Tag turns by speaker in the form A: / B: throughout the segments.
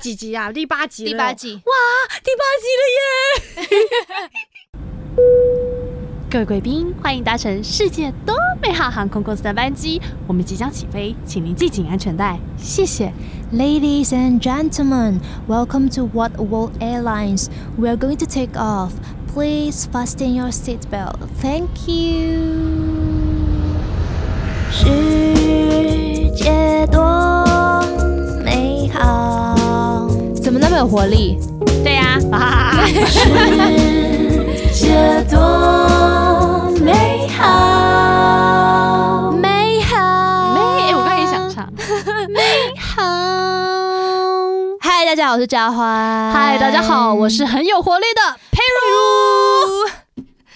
A: 几集啊？第八集了，
B: 第八集
A: 哇，第八集了耶！
B: 各位贵宾，欢迎搭乘世界多美号航空公司的班机，我们即将起飞，请您系紧安全带，谢谢。
C: Ladies and gentlemen, welcome to What World Airlines. We are going to take off. Please fasten your seatbelt. Thank you. 世界多美好，怎么那么有活力？
B: 对呀、 啊，
C: 世界多美好，美好，
B: 没、哎我刚才也想唱。
C: 好。嗨，大家好，我是佳欢。
B: 嗨，大家好，我是很有活力的佩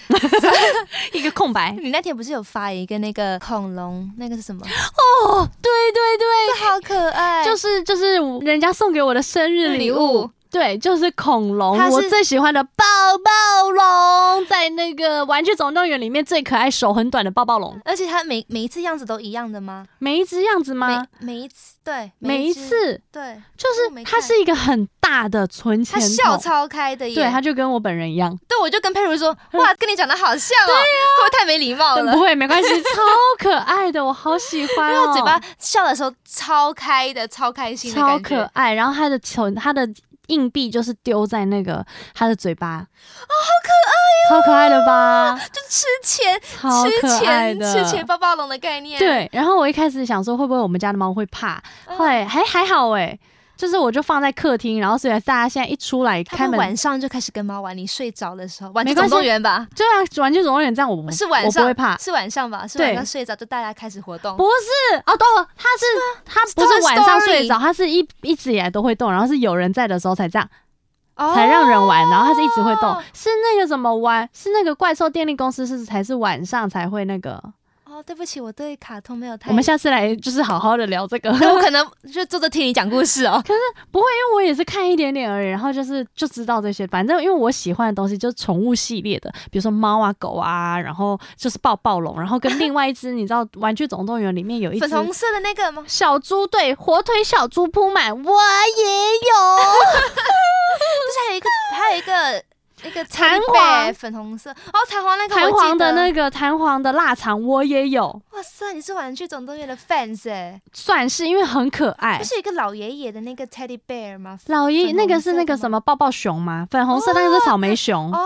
B: 如，一个空白。
C: 你那天不是有发一个那个恐龙，那个是 什么？
B: 哦，对对对，
C: 好可爱
B: 就是是就是人家送给我的生日礼
C: 礼
B: 物
C: 物，
B: 对，就是恐龙，
C: 它是
B: 我最喜欢的抱抱龙，在那个《玩具总动员》里面最可爱、手很短的抱抱龙，
C: 而且它每每一次样子都一样的吗？
B: 每一只样子吗？
C: 每每一次，对，
B: 啊每一
C: 只，
B: 次
C: 对，
B: 就
C: 哦
B: 是
C: 没
B: 它
C: 看
B: 是一个很大的存钱
C: 他
B: 筒，
C: 笑超开的耶。
B: 对，他就跟我本人一样，
C: 对我就跟佩如说， 哇，跟你长得好像哦，会不会太没礼貌
B: 啊嗯但不
C: 了？
B: 会，没关系， 超可爱的，我好喜欢、
C: 因
B: 哦，
C: 为我嘴巴笑的时候超开的，超开心的
B: 超
C: 感
B: 可
C: 觉。
B: 爱，然后他的球，他的硬币就是丢在那个他的嘴巴，哦，好可爱、哦，超可爱的吧，
C: 就吃钱，
B: 超
C: 吃
B: 可爱
C: 钱，
B: 的，
C: 吃钱抱抱龙的概念。，
B: 对，然后我一开始想说会不会我们家的猫会怕，
C: 嗯
B: 后来还还好哎、就是我就放在客厅，然后所以大家现在一出来
C: 他
B: 开
C: 们
B: 门，
C: 晚上就开始跟猫玩，你睡着的时候，玩具
B: 没关
C: 总
B: 系
C: 动员吧。
B: 对啊，玩具总动员这样我不
C: 是晚
B: 我
C: 上哦
B: 不会怕，
C: 是晚上吧？是
B: 对
C: 晚上睡着就大家开始活动。
B: 不是哦，等会儿他是他不是
C: Story
B: 晚上睡着，他是一一直以来都会动，然后是有人在的时候才这样，
C: 哦
B: 才让人玩，然后他是一直会动，是那个什么玩，是那个怪兽电力公司是才是晚上才会那个。
C: 哦，对不起，我对卡通没有太。
B: 我们下次来就是好好的聊这 个，
C: 那我可能就坐着听你讲故 事哦。
B: 不会，因为我也是看一点点而已，然后就是就知道这些，反正因为我喜欢的东西就是宠物系列的，比如说猫啊、狗啊，然后就是抱抱龙，然后跟另外一只你知道《玩具总动员》里面有一只
C: 粉红色的那个吗？
B: 小猪对，火腿小猪铺满，我也有。
C: 不是还有一个，还有一个那个
B: 弹
C: teddy bear，
B: 簧
C: 粉红色哦，弹簧那个
B: 弹
C: 我记
B: 簧的
C: 得
B: 那个弹簧的腊肠我也有，
C: 哇塞，你是玩具总动员的 fans 哎、
B: 算是因为很可爱
C: 不。是有一个老爷爷的那个 teddy bear 吗？
B: 老爷
C: 粉红
B: 那个是那个
C: 色的吗
B: 什么抱抱熊吗？粉红色那个是草莓熊，
C: 哦，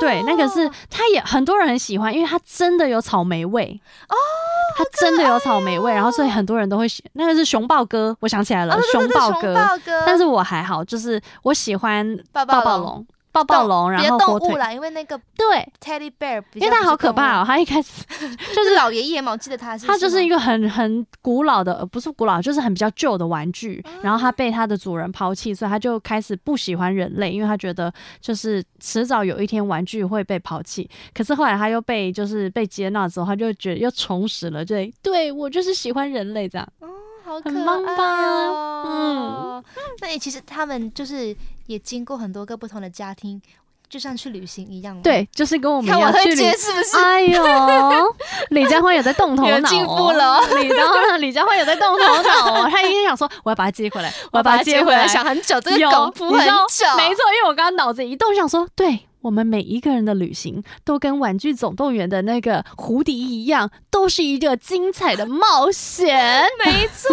B: 对，那个是它也很多人很喜欢，因为它真的有草莓味
C: 哦，
B: 它真的有草莓味，然后所以很多人都会喜。那个是熊抱哥，我想起来了，
C: 哦对对对
B: 豹
C: 熊豹哥，
B: 但是我还好，就是我喜欢
C: 抱
B: 抱
C: 抱
B: 抱龙。抱抱龙，
C: 别
B: 然后火
C: 动物
B: 腿，
C: 啦，因为那个
B: 对，
C: teddy bear，比
B: 因为
C: 较
B: 它
C: 不是
B: 好可
C: 动物
B: 怕哦。它一开始就
C: 就是是老爷爷嘛，我记得他是
B: 它就是一
C: 个
B: 个很很古老的，呃不是古老，就是很比较旧的玩具。然后它被它的主人抛弃，所以它就开始不喜欢人类，因为它觉得就是迟早有一天玩具会被抛弃。可是后来它又被就是被接纳之后，它就觉得又重拾了，对，对我就是喜欢人类这样。
C: 好可
B: 很
C: 爱、
B: 棒吧
C: 哦、嗯，那也其实他们就是也经过很多个不同的家庭，就像去旅行一样。，
B: 对，就是跟我们
C: 看
B: 一
C: 我
B: 样去旅
C: 会 接是不是？
B: 哎呦，李佳欢有在动头脑、哦，
C: 有进步了哦。
B: 李佳欢，李佳欢有在动头脑、哦，他一定想说，我要把它接回来，我要把它接回来。
C: 想很久，这
B: 有
C: 个梗铺
B: 你
C: 很
B: 知道
C: 久，
B: 没错，因为我刚刚脑子一动，想说，对我们每一个人的旅行都跟《玩具总动员》的那个胡迪一样，都是一个精彩的冒险。
C: 没错。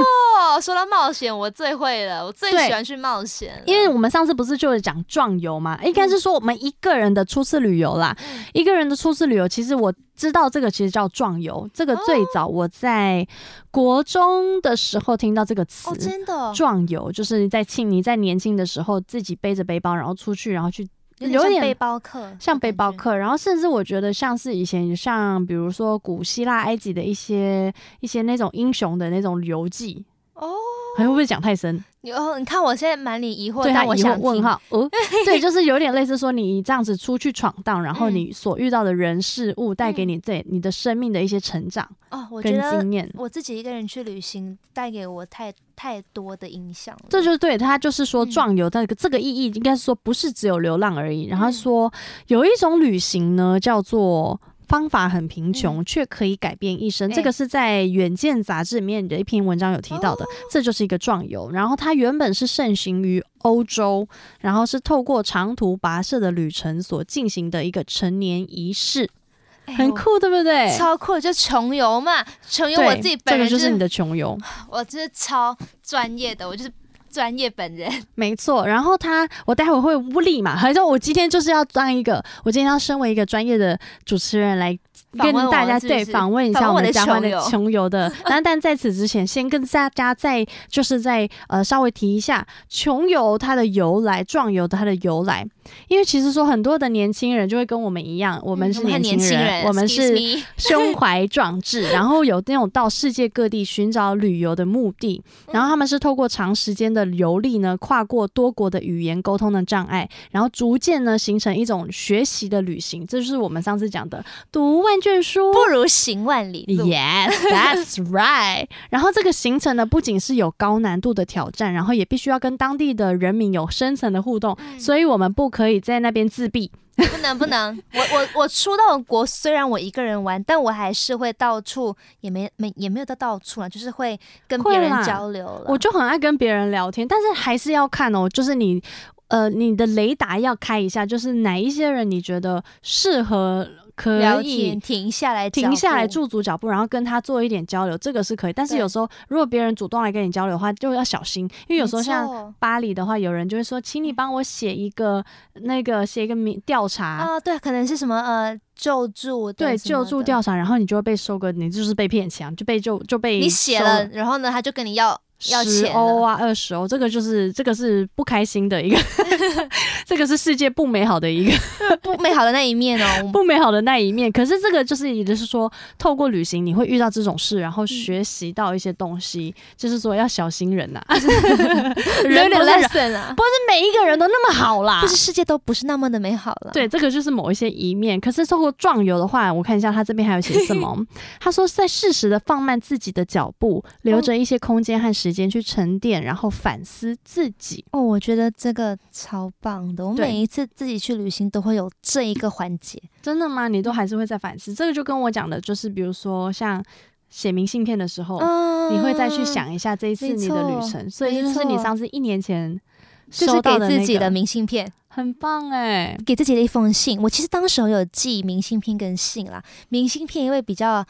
C: 说到冒险，我最会了，我最
B: 对
C: 喜欢去冒险了，
B: 因为我们上次不是就是讲壮游嘛，
C: 嗯
B: 应该是说我们一个人的初次旅游啦。一个人的初次旅游，其实我知道这个其实叫壮游，这个最早我在国中的时候听到这个词。
C: 哦，真的哦，
B: 壮游就是在庆你在年轻的时候自己背着背包，然后出去，然后去有
C: 像
B: 点
C: 背包客，
B: 像背包，客，然后甚至我觉得像是以前像比如说古希腊、埃及的一些一些那种英雄的那种游记，
C: 哦。
B: 还会不会讲太深？
C: 你哦，你看我现在满脸疑惑，
B: 对他
C: 但我
B: 以后
C: 想
B: 问
C: 听，
B: 号， 呃，对，就是有点类似说你这样子出去闯荡，然后
C: 嗯
B: 你所遇到的人事物带给你对你的生命的一些成长
C: 哦，我觉
B: 跟
C: 得
B: 经验。
C: 我自己一个人去旅行，带给我太太多的影响了。
B: 这就是对他就是说
C: 嗯
B: 壮游，但这个意义应该是说不是只有流浪而已。然后
C: 嗯
B: 说有一种旅行呢叫做方法很贫穷，却可以改变一生。这个是在《远见》杂志里面的一篇文章有提到的，
C: 哦
B: 这就是一个壮游。然后它原本是盛行于欧洲，然后是透过长途跋涉的旅程所进行的一个成年仪式，
C: 哎
B: 很
C: 我
B: 酷，对不对？
C: 超酷的，就穷游嘛，穷游我自己
B: 对
C: 本人
B: 这个就是
C: 是
B: 你的穷游。
C: 我就是超专业的，我就是专业本人。
B: 没错，然后他，我待会会立马，还是我今天就是要当一个，我今天要身为一个专业的主持人来
C: 访
B: 跟
C: 问我
B: 大家
C: 是不是
B: 对访问一
C: 访
B: 下
C: 问
B: 我
C: 我的
B: 们嘉欢的
C: 穷游
B: 穷游 的。那但在此之前，先跟大家再就是在呃稍微提一下穷游它的由来，壮游它的由来，因为其实说很多的年轻人就会跟我们一样，我
C: 嗯我
B: 们是
C: 很
B: 轻
C: 年轻
B: 人，我们是
C: excuse me
B: 胸怀壮志，然后有那种到世界各地寻找旅游的目的，然后他们是透过长时间的游历呢，跨过多国的语言沟通的障碍，然后逐渐呢形成一种学习的旅行，这就是我们上次讲的读万卷书。
C: 不如行万里路。
B: Yes, that's right。然后这个行程呢，不仅是有高难度的挑战，然后也必须要跟当地的人民有深层的互动，
C: 嗯
B: 所以我们不可以在那边自闭。
C: 不能不 能，我我我出到国，虽然我一个人玩，但我还是会到处，也没没也没有到到处啊，就是会跟别
B: 会
C: 人
B: 啦
C: 交流了。
B: 我就很爱跟别人聊天，但是还是要看哦，就是你。呃，你的雷达要开一下，就是哪一些人你觉得适合可
C: 聊
B: 以
C: 天停下来，
B: 停下来，驻足脚步，然后跟他做一点交流，这个是可以。但是
C: 对
B: 有时候如果别人主动来跟你交流的话，就要小心，因为有时候像
C: 像
B: 巴黎的话，有人就会说，请你帮我写一个那个写一个名调查，
C: 啊，对，可能是什么呃救助的
B: 对
C: 什么
B: 救助
C: 的
B: 调查，然后你就会被收割，你就是被骗钱啊，就被就就被
C: 你写
B: 收
C: 了，然后呢，他就跟你要要
B: 十
C: 钱
B: 欧
C: 了。
B: 啊，二十欧，这个就是这个是不开心的 一个，这个是世界不美好的一个
C: 不美好的那一面哦，我
B: 不美好的那一面。可是这个就是也就是说，透过旅行你会遇到这种事，然后学习到一些东西，就是说要小心人呐、人
C: learn
B: 不是
C: a
B: 人，
C: lesson 啊，
B: 不是每一个人都那么好啦
C: 不。是世界都不是那么的美好了。
B: 对，这个就是某一些一面。可是透过壮游的话，我看一下他这边还有写什 么。他说，在适时的放慢自己的脚步，留着一些空间和时间去沉淀，然后反思自己。
C: 哦，我觉得这个超棒的，我
B: 对
C: 每一次自己去旅行都会有这一个环节。
B: 真的吗？
C: 嗯
B: 你都还是会在反思？这个就跟我讲的，就是比如说像写明信片的时候，
C: 嗯
B: 哦你会再去想一下这一次你的旅程，所以这就是
C: 没
B: 你
C: 错
B: 上次一年前
C: 就是
B: 收
C: 给
B: 到的、那个
C: 自己的明信片，
B: 很棒哎、
C: 给自己的一封信。我其实当时有寄明信片跟信啦，明信片因为比较。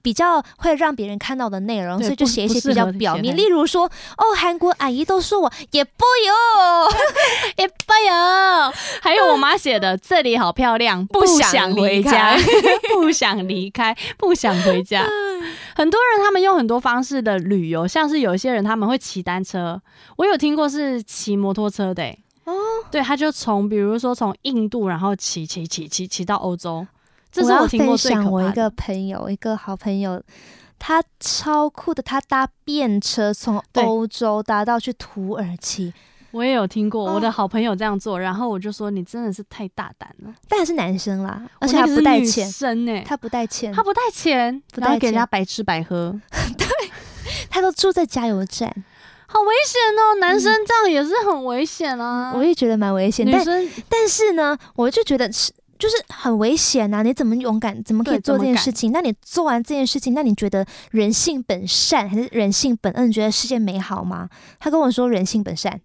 C: 比较会让别人看到的内容，
B: 对
C: 所以就
B: 不
C: 写一
B: 不
C: 些
B: 适
C: 比较
B: 合
C: 表
B: 写
C: 面，
B: 太
C: 例如说，哦，韩国阿姨都说我也不有，
B: 哎、不有，还有我妈写的，这里好漂 亮，不想回家， 不想离开，不想回 家。很多人他们用很多方式的旅游，像是有一些人他们会骑单车，我有听过是骑摩托车的、欸。
C: 哦
B: 对，他就从比如说从印度，然后骑骑骑骑骑到欧洲，这
C: 我
B: 是
C: 要
B: 听过
C: 分
B: 最可
C: 享我一
B: 怕
C: 个
B: 的。
C: 朋友，一个好朋友，他超酷的，他搭便车从
B: 对
C: 欧洲搭到去土耳其，
B: 我也有听过
C: 哦
B: 我的好朋友这样做，然后我就说你真的是太大胆了，
C: 但还是男生啦，而且
B: 我
C: 他
B: 哦那个
C: 不带
B: 是女
C: 钱，
B: 生呢、
C: 他不带钱，
B: 他
C: 他
B: 不带钱，
C: 不
B: 然后
C: 带
B: 给人家
C: 钱
B: 白吃白喝，
C: 他都住在加油站，
B: 好危险哦！男生这样也是很危险啊。
C: 我也觉得蛮嗯危险，
B: 女
C: 但
B: 生
C: 但是呢，我就觉得是。就是很危险呐、啊你怎么勇敢？怎么可以
B: 对
C: 做
B: 怎
C: 这
B: 么
C: 件
B: 敢
C: 事情？那你做完这件事情，那你觉得人性本善还是人性本恶？你觉得世界美好吗？他跟我说人性本善，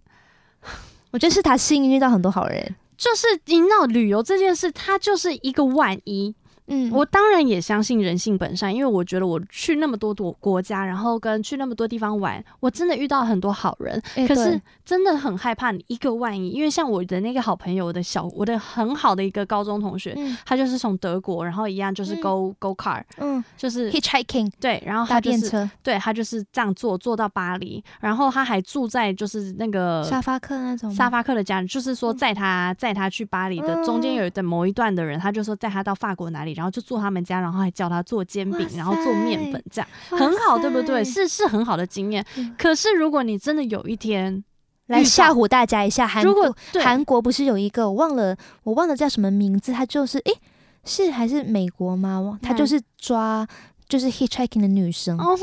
C: 我觉得是他幸运遇到很多好人。
B: 就是引导旅游这件事，它就是一个万一。
C: 嗯
B: 我当然也相信人性本善，因为我觉得我去那么多多国家，然后跟去那么多地方玩，我真的遇到很多好人。
C: 哎
B: 可是
C: 对
B: 真的很害怕你一个万一，因为像我的那个好朋友，我的小我的很好的一个高中同学，
C: 嗯
B: 他就是从德国，然后一样就是
C: 嗯
B: go、go car，
C: 嗯
B: 就是
C: ，hitchhiking
B: 对，然后
C: 搭
B: 他就
C: 便
B: 是
C: 车、
B: 对他就是这样坐坐到巴黎，然后他还住在就是那个
C: 沙发客那种吗
B: 呃
C: 嗯
B: 沙发客的家里，就是说载他载他去巴黎的中间有的某一段的人，他就说载他到法国哪里，然后就住他们家，然后还教他做煎饼
C: 哇，塞
B: 然后做面粉，这样
C: 哇
B: 很好，对不对？
C: 塞
B: 是是很好的经验
C: 嗯。
B: 可是如果你真的有一天，
C: 来
B: 遇到
C: 吓唬大家一下。韩
B: 如
C: 国
B: 果对
C: 韩国不是有一个我忘了，我忘了叫什么名字，他就是诶，是还是美国吗？忘他
B: 嗯
C: 就是抓。就是 hitchhiking 的女生，
B: 哦，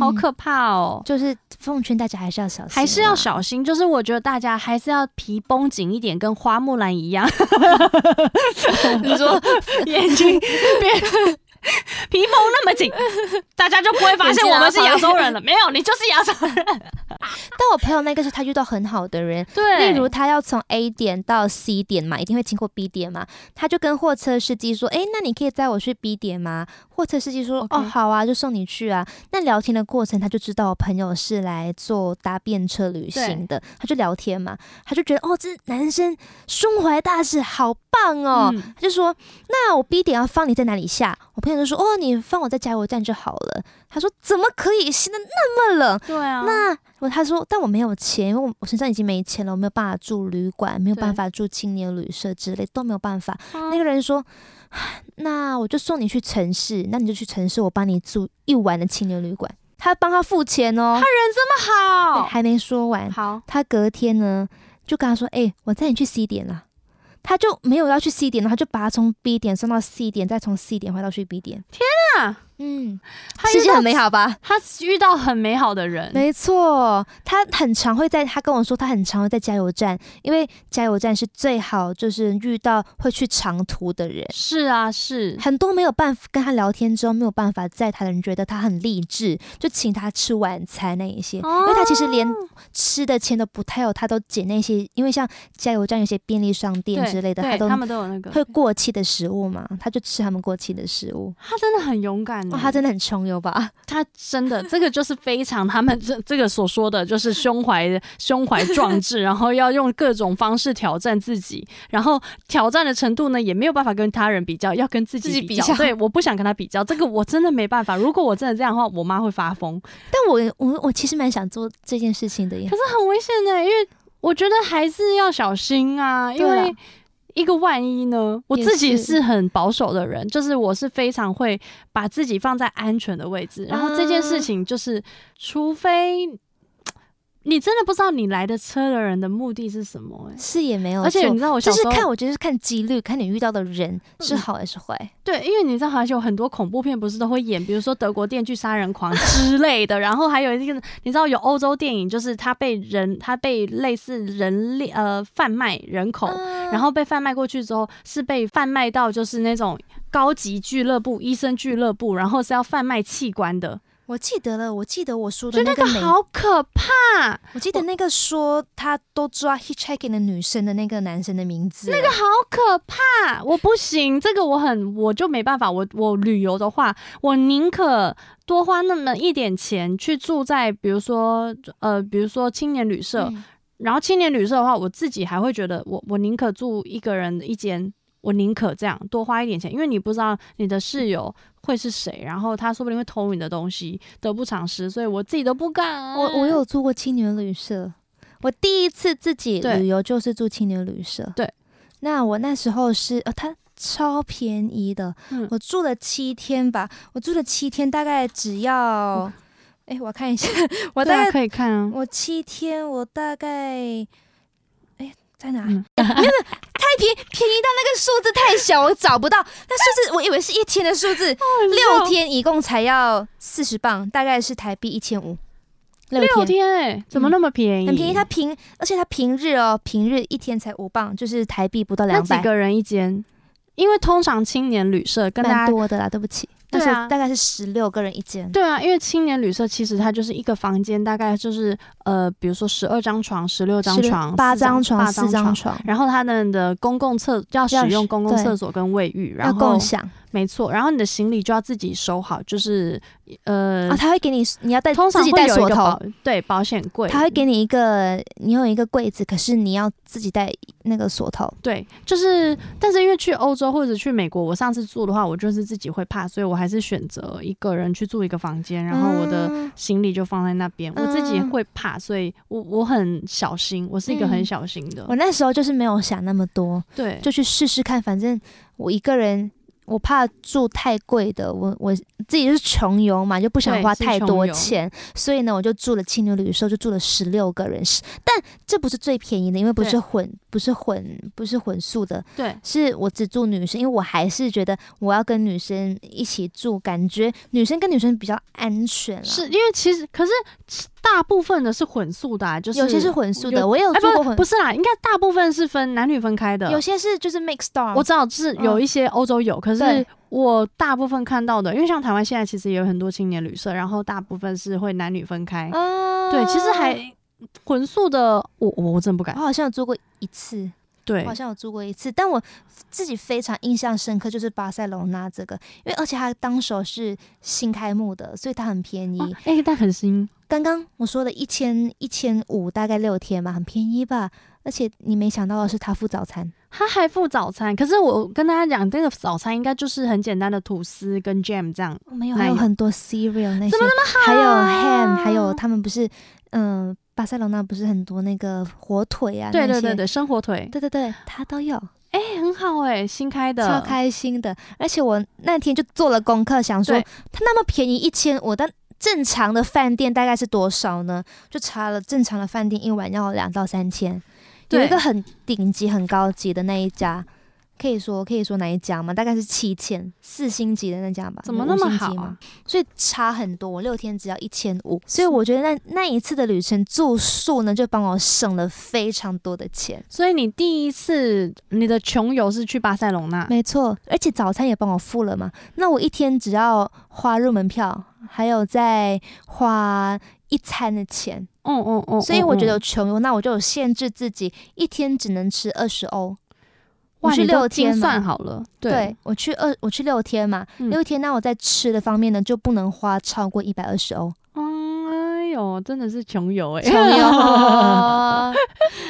B: 好
C: 嗯
B: 可怕哦。
C: 就是奉劝大家还是要小心，
B: 还是要。小心，就是我觉得大家还是要皮绷紧一点，跟花木兰一样，
A: 你 说
B: 眼睛别皮绷那么紧，大家就不会发现我们是亚洲人了。没有，你就是亚洲人。
C: 但我朋友那个是他遇到很好的人，
B: 对
C: 例如他要从 A 点到 C 点嘛，一定会经过 B 点嘛，他就跟货车司机说：“诶，那你可以载我去 B 点吗？”货车司机说
B: OK
C: 哦，好啊，就送你去啊。”那聊天的过程，他就知道我朋友是来做搭便车旅行的，他就聊天嘛，他就觉得哦，这男生胸怀大志，好棒哦。
B: 嗯
C: 他就说：“那我 B 点要放你在哪里下？”我朋友就说：“哦，你放我在加油站就好了。”他说：“怎么可以？现在那么冷，
B: 对啊，
C: 那我他说，但我没有钱，因为我我身上已经没钱了，我没有办法住旅馆，没有
B: 对哦
C: 办法住青年旅社之类，都没有办法。那
B: 那
C: 个人说，那我就送你去城市，那你就去城市，我帮你住一晚的青年旅馆。他帮他付钱
B: 那
C: 哦，对还没说完，
B: 好，
C: 他隔天呢就跟他说，哎、我载你去 C 点啦。他就没有要去 C 点，然后就把他从 B 点送到 C 点，再从 C 点回到去 B 点。天
B: 啊！
C: 嗯，
B: 他
C: 世
B: 遇
C: 界
B: 到
C: 很美好吧？
B: 他遇到很美好的人，
C: 没错，他很常会在，他跟我说他很常会在加油站，因为加油站是最好就是遇到会去长途的人。
B: 是啊，是
C: 很多没有办法跟他聊天之后没有办法载他的人，觉得他很励志，就请他吃晚餐那一些，
B: 哦
C: 因为他其实连吃的钱都不太有，他都捡那些，因为像加油站有些便利商店
B: 对
C: 之类的，
B: 对
C: 他都
B: 他们都有那个，
C: 会过期的食物嘛，他就吃他们过期的食物。
B: 他真的很勇敢
C: 哇，
B: 欸，
C: 哦他真的很 穷游吧？
B: 他真的，这个就是非常他们这这个所说的，就是胸怀胸怀壮志，然后要用各种方式挑战自己，然后挑战的程度呢，也没有办法跟他人比较，要跟自
A: 自己
B: 己比
A: 比较
B: 对，我不想跟他比较，这个我真的没办法。如果我真的这样的话，我妈会发疯，
C: 但我我我其实蛮想做这件事情的耶
B: 可。是很危险的、因为我觉得还是要小心啊，因
C: 对啦
B: 为。一个万一呢？我
C: 也
B: 自己
C: 是
B: 是很保守的人，就是我是非常会把自己放在安全的位置。然后这件
C: 啊
B: 事情就是，除非你真的不知道你来的车的人的目的是什么、欸，
C: 是也没有错，
B: 而且你知道我小
C: 就
B: 时
C: 是
B: 候
C: 看，我觉得是看几率，看你遇到的人是
B: 嗯
C: 好还是坏。
B: 对，因为你知道，好像有很多恐怖片不是都会演，比如说德国电锯杀人狂之类的，然后还有一个你知道有欧洲电影，就是他被人他被类似人类呃贩卖人
C: 哦
B: 口，然后被贩卖过去之后是被贩卖到就是那种高级俱乐部、医生俱乐部，然后是要贩卖器官的，
C: 我记得了，我记得我说
B: 就
C: 的
B: 那个
C: 个美，
B: 好可怕，
C: 我记得那个说他都抓 hitchhiking 的女生的那个男生的名字，那
B: 这个好可怕，我不行，这个我很我就没办法，我我旅游的话，我宁可多花那么一点钱去住在，比如说呃，比如说青年旅社，然后青年旅社的话，我自己还会觉得我我宁可住一个人一间，我宁可这样多花一点钱，因为你不知道你的室友会是谁，然后他说不定会偷你的东西，得不偿失，所以我自己都不敢。
C: 我我有住过青年旅社，我第一次自己
B: 对
C: 旅游就是住青年旅社。
B: 对，
C: 那我那时候是呃，它超便宜的，
B: 嗯
C: 我住了七天吧，我住了七天，大概只要，哎、我看一下，我
B: 对
C: 大
B: 啊，
C: 概
B: 可以看啊，
C: 我七天，我大概，哎、在哪？
B: 嗯
C: 没有，没有太便宜便宜到那个数字太小，我找不到。那数字我以为是一天的数 字，六天一共才要四十磅，大概是台币一千五。六
B: 六天哎、怎么那么便宜？
C: 很便宜，它平而且它平日哦，平日一天才五磅，就是台币不到
B: 那
C: 两
B: 几
C: 百，
B: 个人一间？因为通常青年旅社跟大
C: 蛮
B: 家
C: 多的啦，对不起。那
B: 对啊
C: 时候大概是十六个人一间，
B: 对啊，因为青年旅社其实它就是一个房间，大概就是呃，比如说十二张床、十六张
C: 16
B: 床、
C: 八
B: 四张
C: 张床、
B: 八
C: 四
B: 张
C: 张
B: 床。
C: 床，
B: 然后他们的公共厕要使
C: 要
B: 用
C: 使
B: 公共
C: 对
B: 厕所跟卫浴，
C: 要
B: 然后
C: 共享
B: 没错，然后你的行李就要自己收好，就是呃，
C: 啊，他会给你，你要带
B: 通常
C: 自己
B: 会
C: 带
B: 有一
C: 锁
B: 个
C: 头，
B: 保对保险柜，
C: 他会给你一个，你有一个柜子，可是你要自己带那个锁头。
B: 对，就是，但是因为去欧洲或者去美国，我上次住的话，我就是自己会怕，所以我还是选择一个人去住一个房间，然后我的
C: 嗯
B: 行李就放在那边。我自己
C: 嗯
B: 会怕，所以我我很小心，我是一个很
C: 嗯
B: 小心的。
C: 我那时候就是没有想那么多，
B: 对，
C: 就去试试看，反正我一个人。我怕住太贵的，我我自己是穷游嘛，就不想
B: 对
C: 花
B: 是
C: 太
B: 穷
C: 多
B: 游
C: 钱，所以呢，我就住了青牛旅社，就住了十六个人，是但这不是最便宜的，因为不
B: 对
C: 是混，不是混，不是混宿的，
B: 对，
C: 是我只住女生，因为我还是觉得我要跟女生一起住，感觉女生跟女生比较安全啊啦。
B: 是因为其实可是大部分的是混宿的、啊，就是
C: 有些是混宿的，
B: 有
C: 我也有
B: 哎，
C: 住
B: 不
C: 过混，
B: 是不是啦，应该大部分是分男女分开的。
C: 有些是就是 mixed dorm，
B: 我知道是有一些欧洲有，可是
C: 对
B: 我大部分看到的，因为像台湾现在其实也有很多青年旅社，然后大部分是会男女分开。
C: 啊
B: 对，其实还混宿的，我我我真的不敢
C: 我。好像有住过一次，
B: 对
C: 我好，像有住过一次，但我自己非常印象深刻就是巴塞隆纳这个，因为而且它当时候是新开幕的，所以它很便宜。
B: 哦哎、但很新，
C: 刚刚我说的一千一千五，大概六天吧，很便宜吧。而且你没想到的是，他付早餐，
B: 他还附早餐。可是我跟大家讲，这个早餐应该就是很简单的吐司跟 jam 这样。
C: 没有，
B: 奶
C: 还有
B: 油
C: 很多 cereal 那些，
B: 怎么那么好？
C: 还有 ham，还有他们不是，嗯、巴塞隆纳不是很多那个火腿啊，
B: 对
C: 那
B: 对对
C: 些
B: 对，生火腿，
C: 对对对，他都有。
B: 哎、很好哎、新开的，
C: 超开心的。而且我那天就做了功课，想说
B: 对
C: 它那么便宜一千五，但正常的饭店大概是多少呢？就查了正常的饭店一晚要两到三千，有
B: 对
C: 一个很顶级、很高级的那一家。可以说可以说哪一家吗？大概是七千四星级的那家吧，
B: 怎么那么好
C: 五星级
B: 啊
C: 嘛？所以差很多，我六天只要一千五，所以我觉得那那一次的旅程住宿呢，就帮我省了非常多的钱。
B: 所以你第一次你的穷游是去巴塞隆纳，
C: 没错，而且早餐也帮我付了嘛。那我一天只要花入门票，还有再花一餐的钱，
B: 嗯嗯嗯，
C: 所以我觉
B: 嗯
C: 得有穷游，那我就有限制自己，一天只能吃二十欧。我
B: 哇，
C: 去
B: 你都
C: 六天
B: 精算
C: 嘛，
B: 好了，
C: 对，我去二，我去六天嘛，
B: 嗯
C: 六天那我在吃的方面呢，就不能花超过一百二十欧，
B: 嗯，哎呦，真的是穷游哎、
C: 穷游，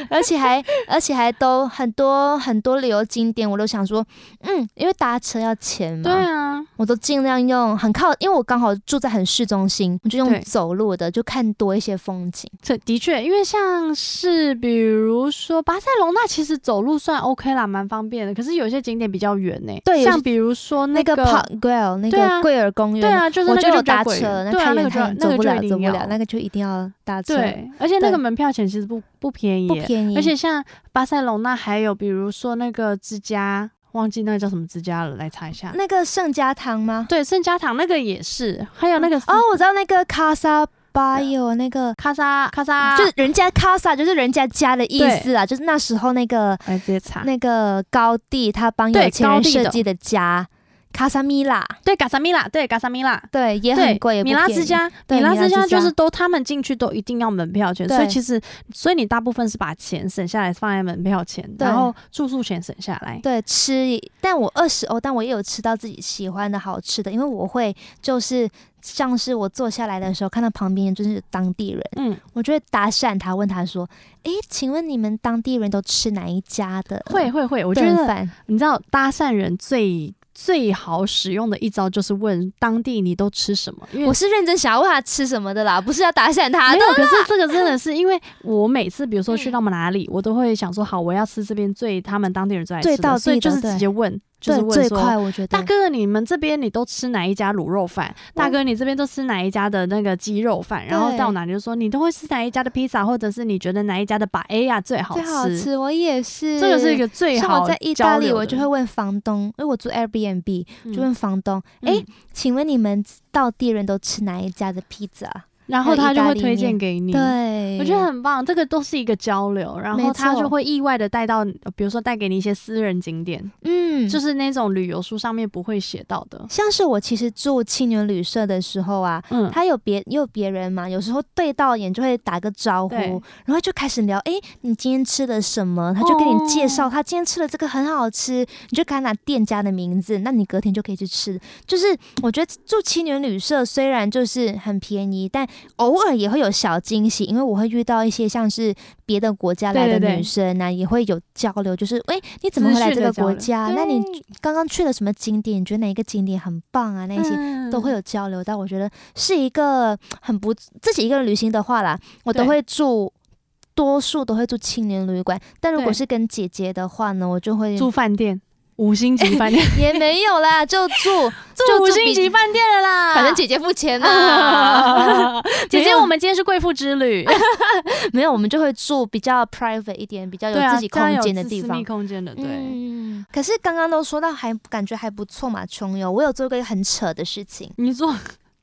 C: 而且还 而且还都很多很多旅游景点，我都想说，嗯，因为搭车要钱嘛，
B: 对啊，
C: 我都尽量用很靠，因为我刚好住在很市中心，我就
B: 对
C: 用走路的，就看多一些风景。
B: 这的确，因为像是比如说巴塞隆纳，其实走路算 OK 啦，蛮方便的。可是有些景点比较远呢、
C: 对有些
B: 像比如说
C: 那
B: 个
C: 个 Park Grill 那
B: 对啊
C: 个桂尔公园，
B: 对啊，就是
C: 我
B: 那
C: 就
B: 个就
C: 有
B: 比较
C: 搭
B: 贵
C: 车，
B: 对啊，
C: 太
B: 那
C: 远
B: 个就
C: 太远
B: 那
C: 走
B: 个
C: 不
B: 就
C: 了
B: 一定
C: 走不
B: 要
C: 了，那个就一定要搭车，
B: 对，而且那
C: 对
B: 个门票钱其实不不便宜
C: 不
B: 耶、
C: 便宜，
B: 而且像巴塞隆那还有比如说那个之家，忘记那个叫什么之家了，来查一下。
C: 那个圣家堂吗？
B: 对，圣家堂那个也是，还有那个
C: 哦，我知道那个卡萨巴有那个。
B: 卡萨卡萨，
C: 就是人家卡萨，就是人家家的意思啊，就是那时候那个
B: 来直接查
C: 那个高地，他帮有
B: 啊对
C: 钱
B: 高
C: 人
B: 地的
C: 设计的家，卡萨米拉，
B: 对卡萨米拉，对卡萨米拉。
C: 对，也
B: 对
C: 很贵，也，不
B: 米拉
C: 便
B: 之
C: 宜
B: 家，
C: 对
B: 米拉
C: 米拉
B: 之
C: 之
B: 家就
C: 家
B: 是都他们进去都一定要门票钱，所以
C: 对
B: 其实，所以你大部分是把钱省下来放在门票钱，
C: 对
B: 然后住宿钱省下来。
C: 对，吃也，但我二十欧，哦但我也有吃到自己喜欢的好吃的，因为我会就是像是我坐下来的时候，看到旁边就是当地人，
B: 嗯，
C: 我就会搭讪他，问他说：“诶，请问你们当地人都吃哪一家的
B: 会会会，我觉
C: 顿
B: 得
C: 饭
B: 你知道搭讪人最最好使用的一招就是问当地你都吃什么，因？”为
C: 我是认真想要问他吃什么的啦，不是要搭讪他
B: 没
C: 的。
B: 有，可是这个真的是 因为我每次，比如说去
C: 嗯
B: 到哪里，我都会想说，好，我要吃这边最他们当地人最爱吃
C: 最道
B: 的，所以
C: 地
B: 就
C: 的
B: 是直
C: 对
B: 接问，就是
C: 对，
B: 问
C: 最
B: 说
C: 快。我觉得
B: 大哥，你们这边你都吃哪一家卤肉饭？大哥，你这边都吃哪一家的那个鸡肉饭？然后
C: 对
B: 到哪里就说你都会吃哪一家的披萨，或者是你觉得哪一家的把 A 呀最好
C: 最好
B: 吃？
C: 吃，我也是。
B: 这个是一个最
C: 像
B: 好
C: 我在意
B: 交
C: 大
B: 流
C: 利，
B: 的
C: 我就会问房东，因为我住 Airbnb，就问房东：“
B: 嗯
C: 诶，请问你们当地人都吃哪一家的披萨？”啊
B: 然后他
C: 还有意
B: 就
C: 大
B: 会
C: 利
B: 推荐
C: 面
B: 给你。
C: 对，
B: 我觉得很棒，这个都是一个交流，然后
C: 没
B: 他就
C: 错
B: 会意外的带到，呃比如说带给你一些私人景点，
C: 嗯，
B: 就
C: 就是
B: 是那种旅游书上面不会写到的。
C: 像是我其实住青年旅社的时候啊。
B: 嗯，
C: 他有别也有别人嘛，有时候对到眼就会打个招呼，
B: 对
C: 然后就开始聊，诶，你今天吃了什么？他就给你介绍，
B: 哦
C: 他今天吃了这个很好吃，你就给他拿店家的名字，那你隔天就可以去吃。就是我觉得住青年旅社虽然就是很便宜，但偶尔也会有小惊喜，因为我会遇到一些像是别的国家来
B: 对
C: 的
B: 对对
C: 女生啊，也会有交流，就是诶，你怎么会来
B: 资
C: 这
B: 讯的
C: 个
B: 交
C: 国
B: 流
C: 家？那你
B: 对
C: 刚刚去了什么景点？你觉得哪一个景点很棒啊？那些、都会
B: 有
C: 有交流但我觉得是一个很不自己一个人旅行的话啦，我都
B: 对
C: 会住，多数都会住青年旅馆。但如果
B: 对
C: 是跟姐姐的话呢，我就会
B: 住饭店，五星级饭店，
C: 也没有啦，就 住就
B: 住五星级
C: 比，
B: 饭店了啦。
C: 反正姐姐付钱啊。
B: 姐
C: 没
B: 姐，
C: 有
B: 我们今天是贵妇之旅，
C: 没有，我们就会住比较 private 一点，比较有
B: 对啊，
C: 自己
B: 这样
C: 空
B: 有
C: 间的
B: 自
C: 地
B: 私
C: 方
B: 密。空间的，对。
C: 嗯，可是刚刚都说到还感觉还不错嘛，穷游。我有做过一个很扯的事情，
B: 你做，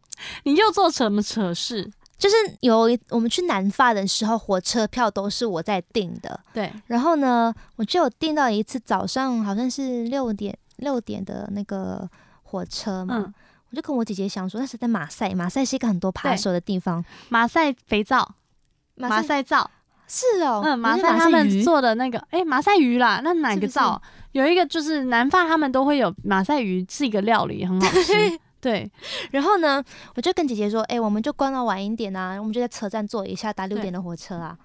B: 你又做什么扯事？
C: 就是有一我们去南法的时候，火车票都是我在订的。
B: 对，
C: 然后呢，我就有订到一次早上好像是六点六点的那个火车嘛，
B: 嗯，
C: 我就跟我姐姐想说，那是在马赛，马赛是一个很多扒手的地方。
B: 马赛肥皂，马
C: 马赛
B: 赛皂，
C: 是哦，
B: 嗯，马
C: 不是
B: 赛他们
C: 鱼
B: 做的那个，哎、马赛鱼啦，那哪
C: 是
B: 个
C: 不是
B: 皂？有一个就是南法他们都会有马赛鱼，是一个料理，很好吃。对，
C: 然后呢，我就跟姐姐说，哎、我们就关到晚一点啊，我们就在车站坐一下，搭六
B: 对
C: 点的火车啊。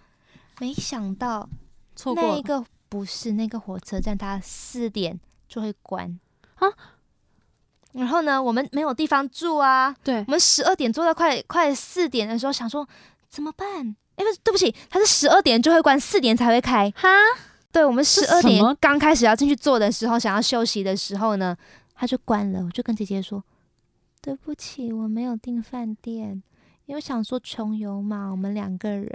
C: 没想到
B: 嗯错过
C: 那
B: 了
C: 一个不是那个火车站，它四点就会关
B: 啊。
C: 然后呢，我们没有地方住啊，
B: 对
C: 我们十二点坐到快快四点的时候，想说怎么办？哎，不是，对不起，它是十二点就会关，四点才会开。
B: 哈，
C: 对，我们十二
B: 什
C: 点
B: 么
C: 刚开始要进去做的时候，想要休息的时候呢，它就关了。我就跟姐姐说：“对不起，我没有订饭店，因为想说穷游嘛，我们两个人，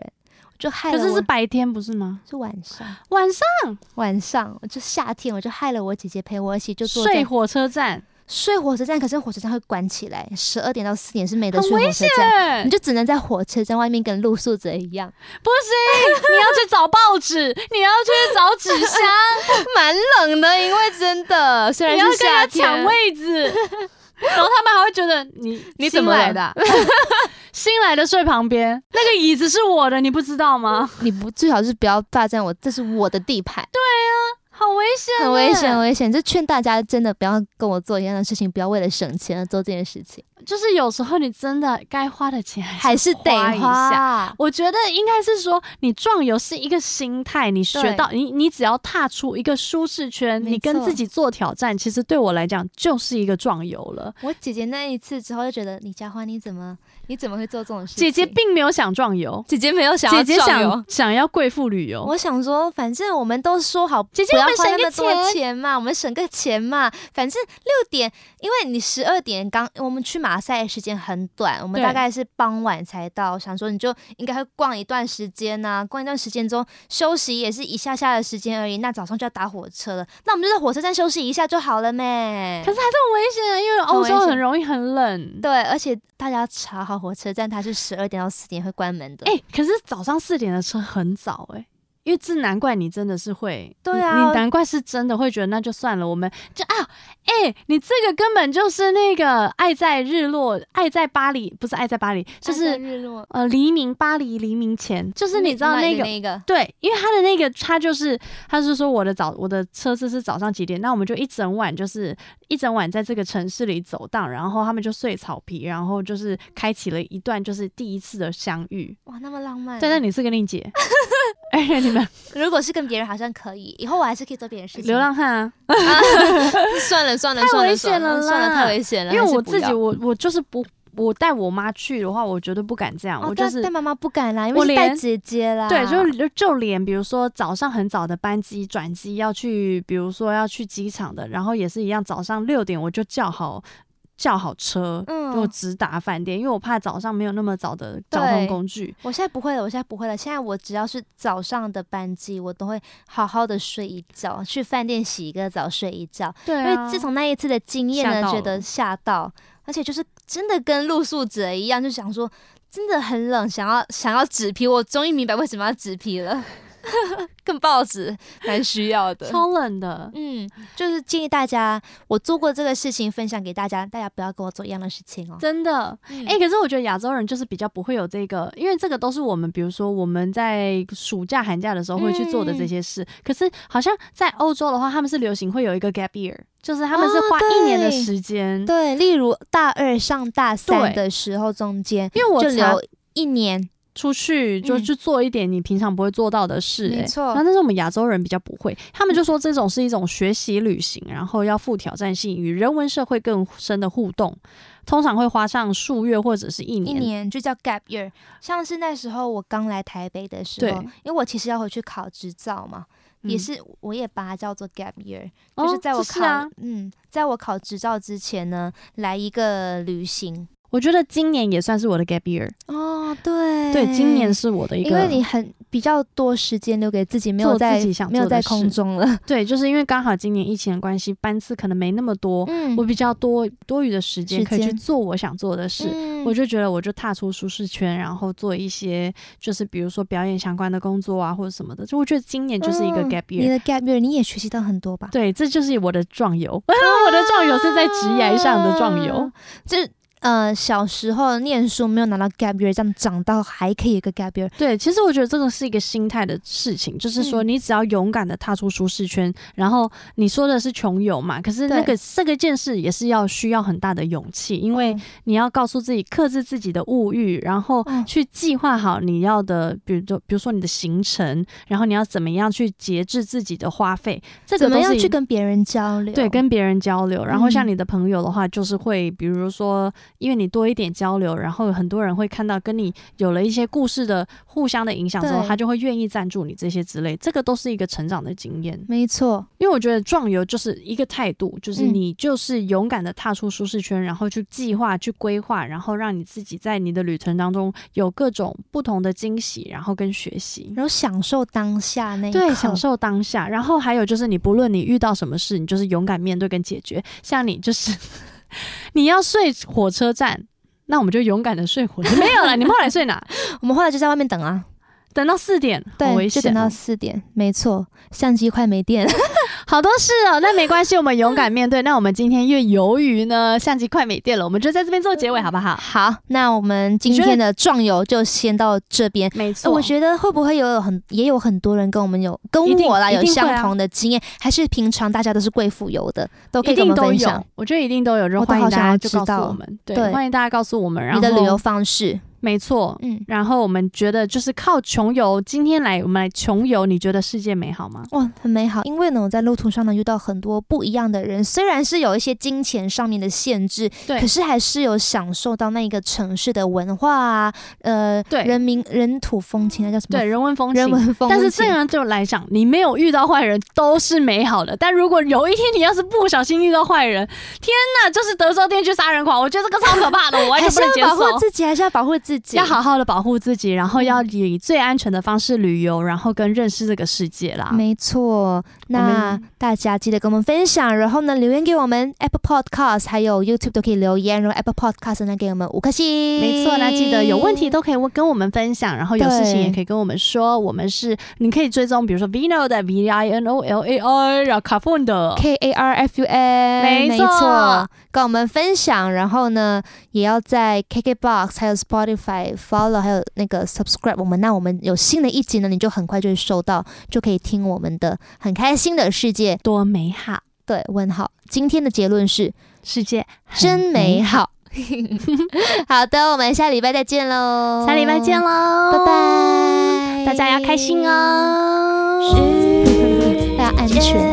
C: 我就害
B: 可
C: 了
B: 是
C: 我
B: 是白天不是吗？
C: 是晚上，
B: 晚上
C: 晚上我就夏天，我就害了我姐姐陪我一起就坐
B: 睡
C: 在
B: 火车站，
C: 睡火车站，可是火车站会关起来，十二点到四点是没得
B: 很
C: 睡
B: 危
C: 火车站。”
B: 对
C: 你，就只能在火车站外面跟露宿者一 样，
B: 不行，你要去找报纸，你要去找纸箱，
C: 蛮冷的，因为真的，虽
B: 你
C: 然
B: 要
C: 是
B: 跟他
C: 夏天，
B: 抢位子， 然后他们还会觉得 你
C: 你怎么
B: 新
C: 了
B: 来的啊？新来的睡旁边，那个椅子是我的，你不知道吗？
C: 你不最好是不要霸占我，这是我的地盘，
B: 好危险，啊
C: 很危险，很。危险。就劝大家真的不要跟我做一样的事情，不要为了省钱而做这件事情，
B: 就是有时候你真的该花的钱
C: 还是得
B: 花一下。
C: 花。
B: 我觉得应该是说，你壮游是一个心态，你学
C: 对
B: 到你，你只要踏出一个舒适圈，
C: 没
B: 你跟
C: 错
B: 自己做挑战，其实对我来讲就是一个壮游了。
C: 我姐姐那一次之后就觉得，李佳欢你怎么你怎么会做这种事情？
B: 姐姐并没有想壮游，
C: 姐姐没有想
B: 姐姐想想要贵妇旅游，
C: 我想说，反正我们都说好，
B: 姐姐
C: 不要
B: 我们
C: 花
B: 省
C: 那么
B: 个
C: 多
B: 钱
C: 钱嘛，我们省个钱嘛。反正六点，因为你十二点刚，我们去马赛的时间很短，我们
B: 对
C: 大概是傍晚才到。想说你就应该会逛一段时间呐、逛一段时间中休息也是一下下的时间而已。那早上就要打火车了，那我们就在火车站休息一下就好了咩
B: 可。是还是很危险啊，因为欧洲
C: 很危险
B: 很容易很冷。
C: 对，而且大家查好火车站，它是十二点到四点会关门的。
B: 哎、可是早上四点的车很早哎、因为这难怪你真的是会，
C: 对
B: 你
C: 啊
B: 你难怪是真的会觉得那就算了，我们就啊，哎、你这个根本就是那个爱在日落，爱在巴黎，不是爱在巴黎，就
C: 按照
B: 是
C: 日落，
B: 呃黎明巴黎黎明前，就是你知道
C: 买
B: 那
C: 的
B: 个。
C: 那个
B: 对，因为他的那个，他就是，他是说我的早，我的车次是早上几点，那我们就一整晚，就是一整晚在这个城市里走荡，然后他们就睡草皮，然后就是开启了一段就是第一次的相遇。
C: 哇，那么浪漫。
B: 对，那你是个令 姐，而且你们
C: 如果是跟别人好像可以，以后我还是可以做别人事情。
B: 流浪汉啊，
C: 算了算了，
B: 太
C: 算
B: 危
C: 了
B: 险
C: 算
B: 了
C: 了算了，
B: 啦
C: 太危险了。
B: 因为
C: 还是
B: 我
C: 不
B: 自己
C: 要
B: 我我就是不，我带我妈去的话，我绝对不敢这样，
C: 哦
B: 我
C: 但
B: 就是
C: 但。妈妈不敢啦，因
B: 我
C: 为是带
B: 连
C: 姐姐啦。
B: 对，就是就就连比如说早上很早的班机转机要去，比如说要去机场的，然后也是一样，早上六点我就叫好叫好车，
C: 嗯
B: 我直达饭店，因为我怕早上没有那么早的交
C: 对
B: 通工具。
C: 我现在不会了，我现在不会了。现在我只要是早上的班机，我都会好好的睡一觉，去饭店洗一个澡，睡一觉。
B: 对、
C: 因
B: 啊，
C: 为自从那一次的经验
B: 吓
C: 呢，
B: 到
C: 觉得
B: 了
C: 吓到，而且就是真的跟露宿者一样，就想说真的很冷，想要想要纸皮。我终于明白为什么要纸皮了， 跟报纸蛮需要的。
B: 超冷的，
C: 嗯，就是建议大家，我做过这个事情，分享给大家，大家不要跟我做一样的事情哦。
B: 真的。
C: 哎
B: 哎、可是我觉得亚洲人就是比较不会有这个，因为这个都是我们，比如说我们在暑假、寒假的时候会去做的这些
C: 嗯
B: 事。可是好像在欧洲的话，他们是流行会有一个 gap year，就是他们是
C: 哦
B: 花一年的
C: 对
B: 时间。
C: 对，例如大二上大三
B: 对
C: 的时候中间，
B: 因为我
C: 就
B: 查
C: 留一年，
B: 出去就
C: 嗯
B: 去做一点你平常不会做到的事、
C: 没
B: 欸
C: 错
B: 那但是我们亚洲人比较不会，他们就说这种是一种学习旅行，然后要富挑战性，与人文社会更深的互动，通常会花上数月或者是一
C: 一
B: 年。
C: 年就叫 gap year。像是那时候我刚来台北的时
B: 对
C: 候，因为我其实要回去考执照嘛，也是我也把它叫做 gap year，、
B: 嗯，
C: 嗯就是在
B: 哦
C: 我
B: 这
C: 考、
B: 是啊，
C: 嗯，在我考执照之前呢，来一个旅行。
B: 我觉得今年也算是我的 gap year，
C: 哦，对
B: 对，今年是我的一个，
C: 因为你很比较多时间留给自己，没有
B: 做
C: 在
B: 自己想
C: 没有
B: 做的
C: 在空
B: 事
C: 中了。
B: 对，就是因为刚好今年疫情的关系，班次可能没那么多，
C: 嗯
B: 我比较多多余的时间
C: 时
B: 可以去
C: 间
B: 做我想做的事，
C: 嗯
B: 我就觉得我就踏出舒适圈，然后做一些就是比如说表演相关的工作啊或者什么的，就我觉得今年就是一个
C: 嗯
B: gap
C: 你
B: year。
C: 的 gap year 你也学习到很多吧？
B: 对，这就是我的壮 游，我的壮游是在职涯上的壮游
C: 啊。，这呃小时候念书没有拿到 gap year，这样长到还可以有一个 gap year，
B: 对，其实我觉得这个是一个心态的事情，就是说
C: 嗯
B: 你只要勇敢的踏出舒适圈，然后你说的是穷游嘛，可是那
C: 对
B: 个这个件事也是要需要很大的勇气，因为
C: 嗯
B: 你要告诉自己克制自己的物欲，然后
C: 嗯
B: 去计划好你要的，比如就比如说你的行程，然后你要怎么样去节制自己的花费，这个
C: 怎
B: 都
C: 么
B: 是
C: 样
B: 一
C: 去跟哦别人交流？
B: 对跟别人交流，然后像
C: 嗯
B: 你的朋友的话，就是会比如说，因为你多一点交流，然后很多人会看到跟你有了一些故事的互相的影响之后，
C: 对
B: 他就会愿意赞助你这些之类，这个都是一个成长的经验。
C: 没错，
B: 因为我觉得壮游就是一个态度，就是
C: 嗯
B: 你就是勇敢的踏出舒适圈，然后去计划、去规划，然后让你自己在你的旅程当中有各种不同的惊喜，然后跟学习。
C: 然后享受当下那一刻，
B: 对，享受当下。然后还有就是，你不论你遇到什么事，你就是勇敢面对跟解决。像你就是， 你要睡火车站，那我们就勇敢的睡 火车。没有了，你们后来睡哪？
C: 我们后来就在外面等啊，
B: 等到四点，好危
C: 对，就等
B: 险哦、
C: 到四点，没错，相机快 没电，
B: 好多事 哦，那没关系，我们勇敢面对。那我们今天因为由于呢相机快没电了，我们就在这边做结尾好不好？
C: 好，那我们今
B: 你觉得
C: 天的壮游就先到这边。
B: 没
C: 呃我觉得会不会有很也有很多人跟我们有跟
B: 一定
C: 我啦
B: 一
C: 有
B: 定会啊
C: 相同的经验，还是平常大家都是贵妇游的，都可
B: 一
C: 以跟
B: 定
C: 我们
B: 都
C: 分享
B: 有，我觉得一定都有，就
C: 我都
B: 欢迎
C: 好
B: 大
C: 想
B: 家
C: 要
B: 就
C: 知
B: 告诉
C: 道
B: 我们，对，
C: 对
B: 欢迎大家告诉我们，然后
C: 你的旅游方式。
B: 没错。
C: 嗯，
B: 然后我们觉得就是靠穷游，今天来我们来穷游，你觉得世界美好吗？
C: 哇，很美好。因为呢，我在路途上呢遇到很多不一样的人，虽然是有一些金钱上面的限制，
B: 对
C: 可是还是有享受到那一个城市的文化啊，呃，
B: 对
C: 人民人土风情啊，那叫什么？
B: 对，人文风
C: 人
B: 情。
C: 文风情。
B: 但是这样就来讲，你没有遇到坏人都是美好的。但如果有一天你要是不小心遇到坏人，天哪，就是德州电锯杀人狂，我觉得这个超可怕的，我完
C: 还
B: 全
C: 是
B: 不能接
C: 要保护
B: 受。
C: 自己，还是要保护自己，
B: 要好好的保护自己，然后
C: 嗯
B: 要以最安全的方式旅游，然后跟认识这个世界啦。
C: 没错，那
B: 们
C: 大家记得跟我们分享，然后呢留言给我们 Apple Podcast，还有 YouTube 都可以留言，然后 Apple Podcast 呢给我们五颗星。
B: 没错，那记得有问题都可以跟我们分享，然后有事情
C: 对
B: 也可以跟我们说。我们是你可以追踪，比如说 Vino 的 V I N O L A I，然后 Carphone 的。
C: K A R F U N，
B: 啊没错
C: 错，跟我们分享，然后呢也要在 KKBox 还有 Spotify follow，还有那个 subscribe 我们。那我们有新的一集呢，你就很快就会收到，就可以听我们的很开心的世界。
B: 多美好，
C: 对，问号。今天的结论是。
B: 世界很
C: 真美。好。 好的，我们下礼拜再见
B: 嗯
C: 喽，
B: 下礼拜见，喽，
C: 拜，拜，
B: 大家要开心，哦。
C: 是，要安全。